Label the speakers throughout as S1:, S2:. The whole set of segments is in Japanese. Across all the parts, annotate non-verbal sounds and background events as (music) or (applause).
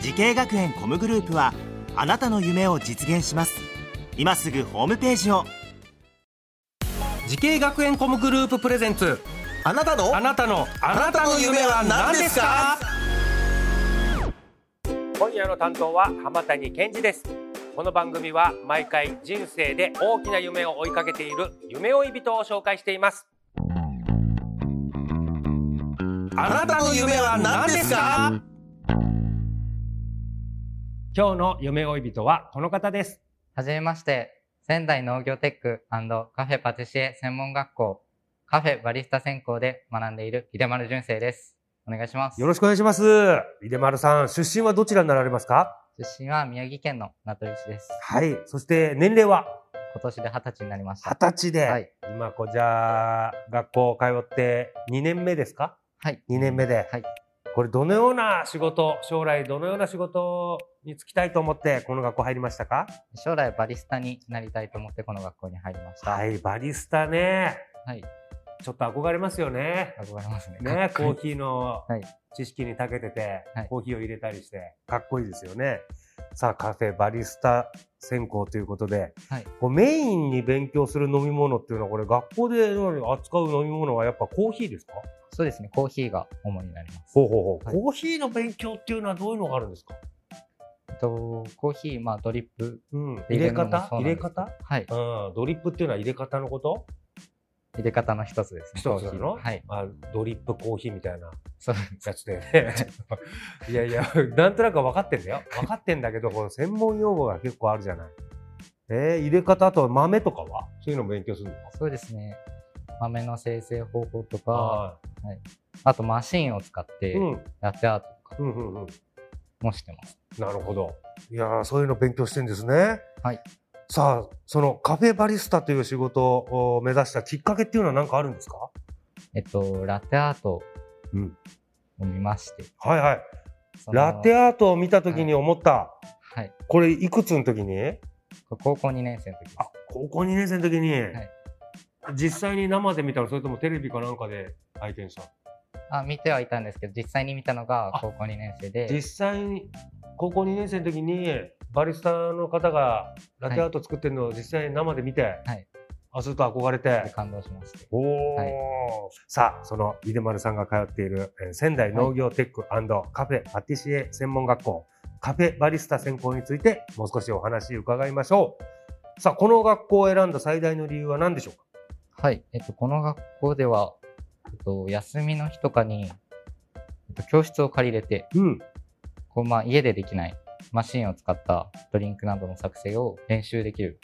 S1: 時系学園コムグループはあなたの夢を実現します今すぐホームページを
S2: 時系学園コムグループプレゼンツ
S3: あなたの
S2: あなたのあなたの夢は何ですか
S4: 今夜の担当は浜谷健二ですこの番組は毎回人生で大きな夢を追いかけている夢追い人を紹介しています
S2: あなたの夢は何ですか
S4: 今日の夢追い人はこの方です
S5: はじめまして、仙台農業テックカフェパティシエ専門学校、カフェバリスタ専攻で学んでいる秀丸淳生です。お願いします。
S4: よろしくお願いします出丸さん出身はどちらになられますか
S5: 出身は宮城県の名取市です。
S4: はいそして年齢は
S5: 今年で二十歳になりました。
S4: 二十歳で、
S5: はい。
S4: 今こうじゃあ学校通って2年目ですか
S5: はい。
S4: 2年目で、
S5: はい
S4: これどのような仕事将来どのような仕事に就きたいと思ってこの学校入りましたか
S5: 将来バリスタになりたいと思ってこの学校に入りました。。
S4: はいいバリスタね
S5: はい。
S4: ちょっと憧れますよね
S5: 憧れますね。
S4: ね
S5: か
S4: コ
S5: っこい
S4: ー
S5: い
S4: ヒーの
S5: はい
S4: 知識に長けてて、
S5: はい
S4: コーヒーを入れたりしてかっこいいですよねさあカフェバリスタ専攻ということで、
S5: はい
S4: こうメインに勉強する飲み物っていうのはこれ学校で扱う飲み物はやっぱコーヒーですか
S5: そうですね。コーヒーが主になります。
S4: ほうほうほう、
S5: はい
S4: コーヒーの勉強っていうのはどういうのがあるんですか、
S5: えっと、コーヒー、まあドリップ。
S4: うん、入れ方入れ方
S5: はい。
S4: うん、ドリップっていうのは入れ方のこと
S5: 入れ方の一つですね。
S4: 一つなの、
S5: コーヒーはい。
S4: あ、ドリップコーヒーみたいな
S5: そうです。
S4: やつで、 (laughs) いやいや、なんとなく分かってんだよ。分かってんだけど、この専門用語が結構あるじゃない。えー、入れ方、あとは豆とかはそういうのも勉強するの
S5: そうですね。豆の生成方法とか、あとマシンを使っ
S4: い
S5: て
S4: うん、うん、
S5: ラテアートとか
S4: うん、うん。
S5: もしてます。
S4: なるほど。いやーそういうの勉強してんですね。
S5: はい。
S4: さあ、そのカフェバリスタという仕事を目指したきっかけっていうのは何かあるんですか
S5: えっと、ラテアート
S4: うん
S5: を見まして。
S4: はいはい。
S5: その
S4: ラテアートを見たときに思った、
S5: はい。
S4: これいくつの時に
S5: 高校2年生の時です。
S4: あ高校2年生の時に、
S5: い
S4: 実際に生で見たのそれともテレビかなんかで拝見したの
S5: あ、見てはいたんですけど、実際に見たのが高校2年生
S4: 実
S5: で、
S4: 際に高校2年生の時にバリスタの方がラテアート作ってるのを実際に生で見て、
S5: はい
S4: あすると憧れて、
S5: 感動しまして。
S4: おお、
S5: はい
S4: さあその秀丸さんが通っているえー仙台農業テックカフェパティシエ専門学校カフェバリスタ専攻についてもう少しお話伺いましょうさあこの学校を選んだ最大の理由は何でしょうか
S5: はい。えっと、この学校では、えっと、休みの日とかに、えっと、教室を借りれて、
S4: うん
S5: こう、まあ、家でできないマシンを使ったドリンクなどの作成を練習できる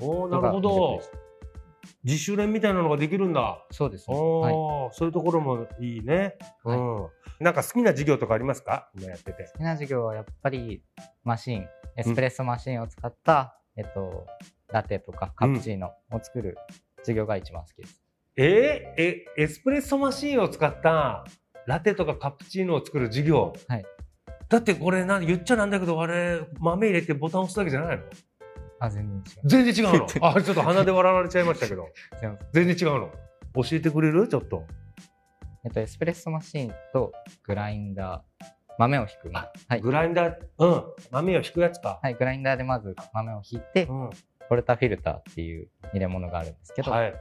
S4: おお
S5: の
S4: な
S5: が
S4: るほ
S5: 魅力
S4: ど
S5: です。
S4: 自主練みたいなのができるんだ
S5: そうです
S4: お
S5: ね。
S4: お
S5: はい。
S4: ー、そういうところもいいね、
S5: はい
S4: うんなんか好きな授業とかありますか今やってて
S5: 好きな授業はやっぱりマシン、エスプレッソマシンを使った、えっと、ラテとかカプチーノを作る授業が一番好きです。
S4: えー、えエスプレッソマシンを使ったラテとかカプチーノを作る授業、
S5: はい
S4: だってこれな言っちゃなんだけどあれ豆入れてボタン押すだけじゃないの
S5: あ、全然違う。
S4: 全然違うのあちょっと鼻で笑われちゃいましたけど
S5: (laughs) 違います
S4: 全然違うの教えてくれるちょっと
S5: えっと、エスプレッソマシンとグラインダー、豆を引くの。はい。
S4: グラインダーうん豆を引くやつか、
S5: はい、グラインダーでまず豆を引いて
S4: う、ん
S5: ポルタフィルターっていう入れ物があるんですけど、
S4: はい、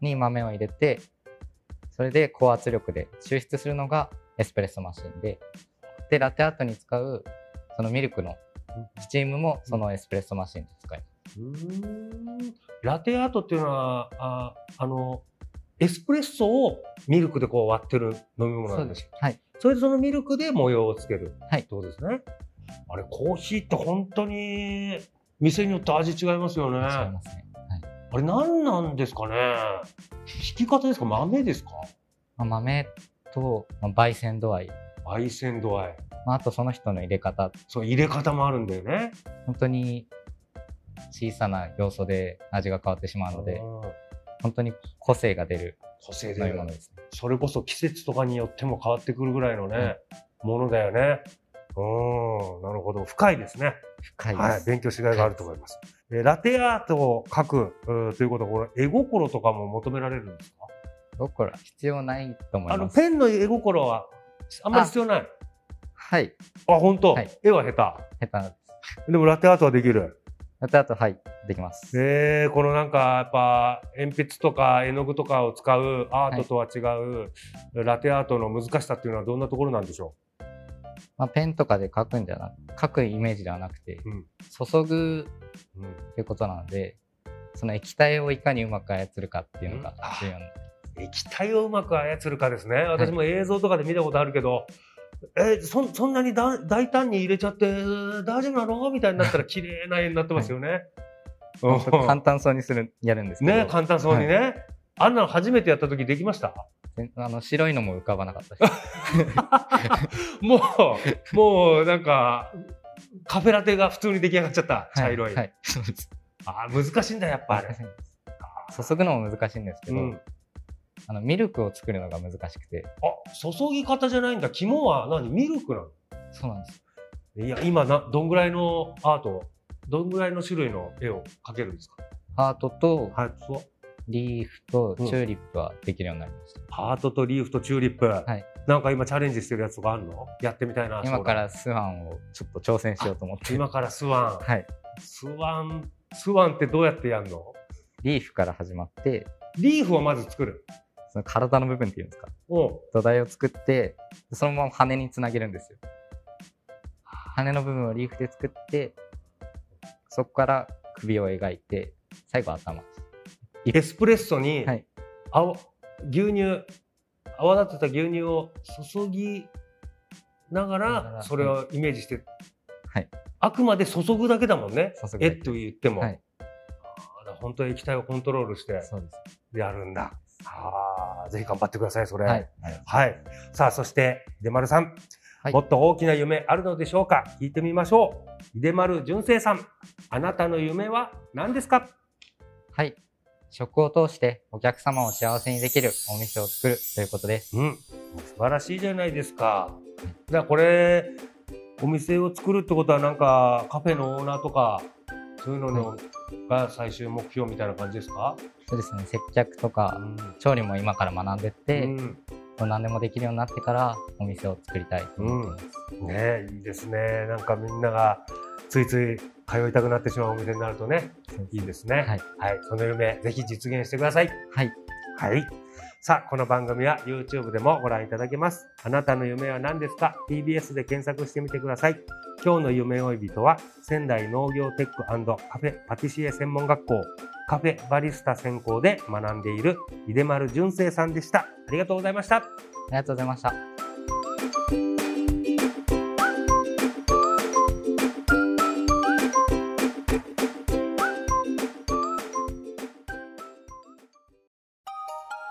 S5: に豆を入れて、それで高圧力で抽出するのがエスプレッソマシンで、で、ラテアートに使うそのミルクのスチームもそのエスプレッソマシンで使います。
S4: うーんラテアートっていうのはああのエスプレッソをミルクでこう割ってる飲み物なんです
S5: す。はい。
S4: それでそのミルクで模様をつける、
S5: はい
S4: ってことですねあれコーヒーって本当に店によって味違いますよね
S5: 違い
S4: あ
S5: ますね。は
S4: れ
S5: い。
S4: 何なんですかね引き方ですか豆ですか
S5: まあ、豆と、まあ、焙煎度合い
S4: 焙煎度合い
S5: まあ、あとその人の入れ方
S4: そう、入れ方もあるんだよね。
S5: 本当に小さな要素で味が変わってしまうので
S4: うん
S5: 本当に個性が出る
S4: 個性
S5: 飲
S4: で
S5: み物ですね
S4: それこそ季節とかによっても変わってくるぐらいのね、ものだよね。うん、なるほど。深いですね。
S5: 深いです、
S4: はい、勉強しがいがあると思います。えーラテアートを書くうんということは、これ、絵心とかも求められるんですか
S5: 僕ら必要ないと思
S4: あ
S5: い
S4: の、
S5: ます
S4: ペンの絵心は、あんまり必要ない。
S5: はい
S4: あ、本当、
S5: はい
S4: 絵は下
S5: 下手な
S4: 手。でも、ラテアートはできる。
S5: あとあとはいできます
S4: えー、このなんか、やっぱ、鉛筆とか絵の具とかを使うアートとは違う、ラテアートの難しさっていうのはどんなところなんでしょ
S5: まあ、ペンとかで書くんじゃなく書くイメージではなくて、
S4: うん
S5: 注ぐ
S4: う、うん
S5: ということなのでその液体をいかにうまく操るかっていうのが重要な、
S4: 液体をうまく操るかですね私も映像とかで見たことあるけど、えそそんなにだ大胆に入れちゃって大丈夫なのみたいになったら綺麗な絵になってますよね。うん
S5: 本当簡単そうにするやるんですけど、
S4: ね簡単そうにね、あんなの初めてやった時できました
S5: 全あの白いのも浮かばなかったし
S4: もう (laughs) もうなんかカフェラテが普通に出来上がっちゃった (laughs) 茶色い、
S5: はい、はいそうです
S4: あー難しいんだやっ (laughs) ぱあれ、
S5: (laughs) 注ぐのも難しいんですけ
S4: う
S5: ど、
S4: ん、あ
S5: あのミルクを作るのが難しくて
S4: 注ぎ方じゃないんだ肝は何ミルクなの
S5: そうなんです
S4: いや、今な、どんぐらいのアート、どんぐらいの種類の絵を描けるんですか
S5: ハートと
S4: ハートと
S5: リーフとチ
S4: うん
S5: ューリップはできるようになりました、
S4: ハートとリーフとチューリップ。
S5: い
S4: なんか今チャレンジしてるやつとかあるのやってみたいな。
S5: 今
S4: そうだ
S5: からスワンをちょっと挑戦しようと思って
S4: 今からスワ
S5: はい
S4: ン。スワン、スワンってどうやってやるの
S5: リーフから始まって
S4: リーフをまず作る。
S5: その体の部分っていうんですか
S4: うん。
S5: 土台を作ってそのまま羽につなげるんですよ羽の部分をリーフで作ってそこから首を描いて最後頭
S4: エスプレッソに、
S5: はい
S4: あお牛乳、泡立てた牛乳を注ぎなが
S5: なが
S4: ら、
S5: ら
S4: それをイメージして、
S5: はい
S4: あくまで注ぐだけだもんね。
S5: 注ぐだけ
S4: えっと言っても。
S5: はい
S4: あー本当に液体をコントロールして
S5: そうです
S4: やるんだ。あーぜひ頑張ってください、それ。
S5: はい、
S4: はいさあ、そして、出丸さん、
S5: はい
S4: もっと大きな夢あるのでしょうか聞いてみましょう。出丸純正さん、あなたの夢は何ですか
S5: はい、食を通してお客様を幸せにできるお店を作るということです
S4: うん、素晴らしいじゃないですか。だからこれ、お店を作るってことは、なんか、カフェのオーナーとか、そういうののが最終目標みたいな感じですか、
S5: そうですね接客とか調理も今から学んでって、
S4: うん
S5: 何でもできるようになってからお店を作りたいと思ってます、
S4: ねいいですね。なんかみんながついつい通いたくなってしまうお店になるとね、いいですね。
S5: はい、
S4: はい、その夢、ぜひ実現してください。
S5: はい、
S4: はい。さあ、この番組は YouTube でもご覧いただけます。あなたの夢は何ですか ?TBS で検索してみてください。今日の夢追い人は、仙台農業テックカフェパティシエ専門学校、カフェバリスタ専攻で学んでいる、井出丸淳生さんでした。ありがとうございました。
S5: ありがとうございました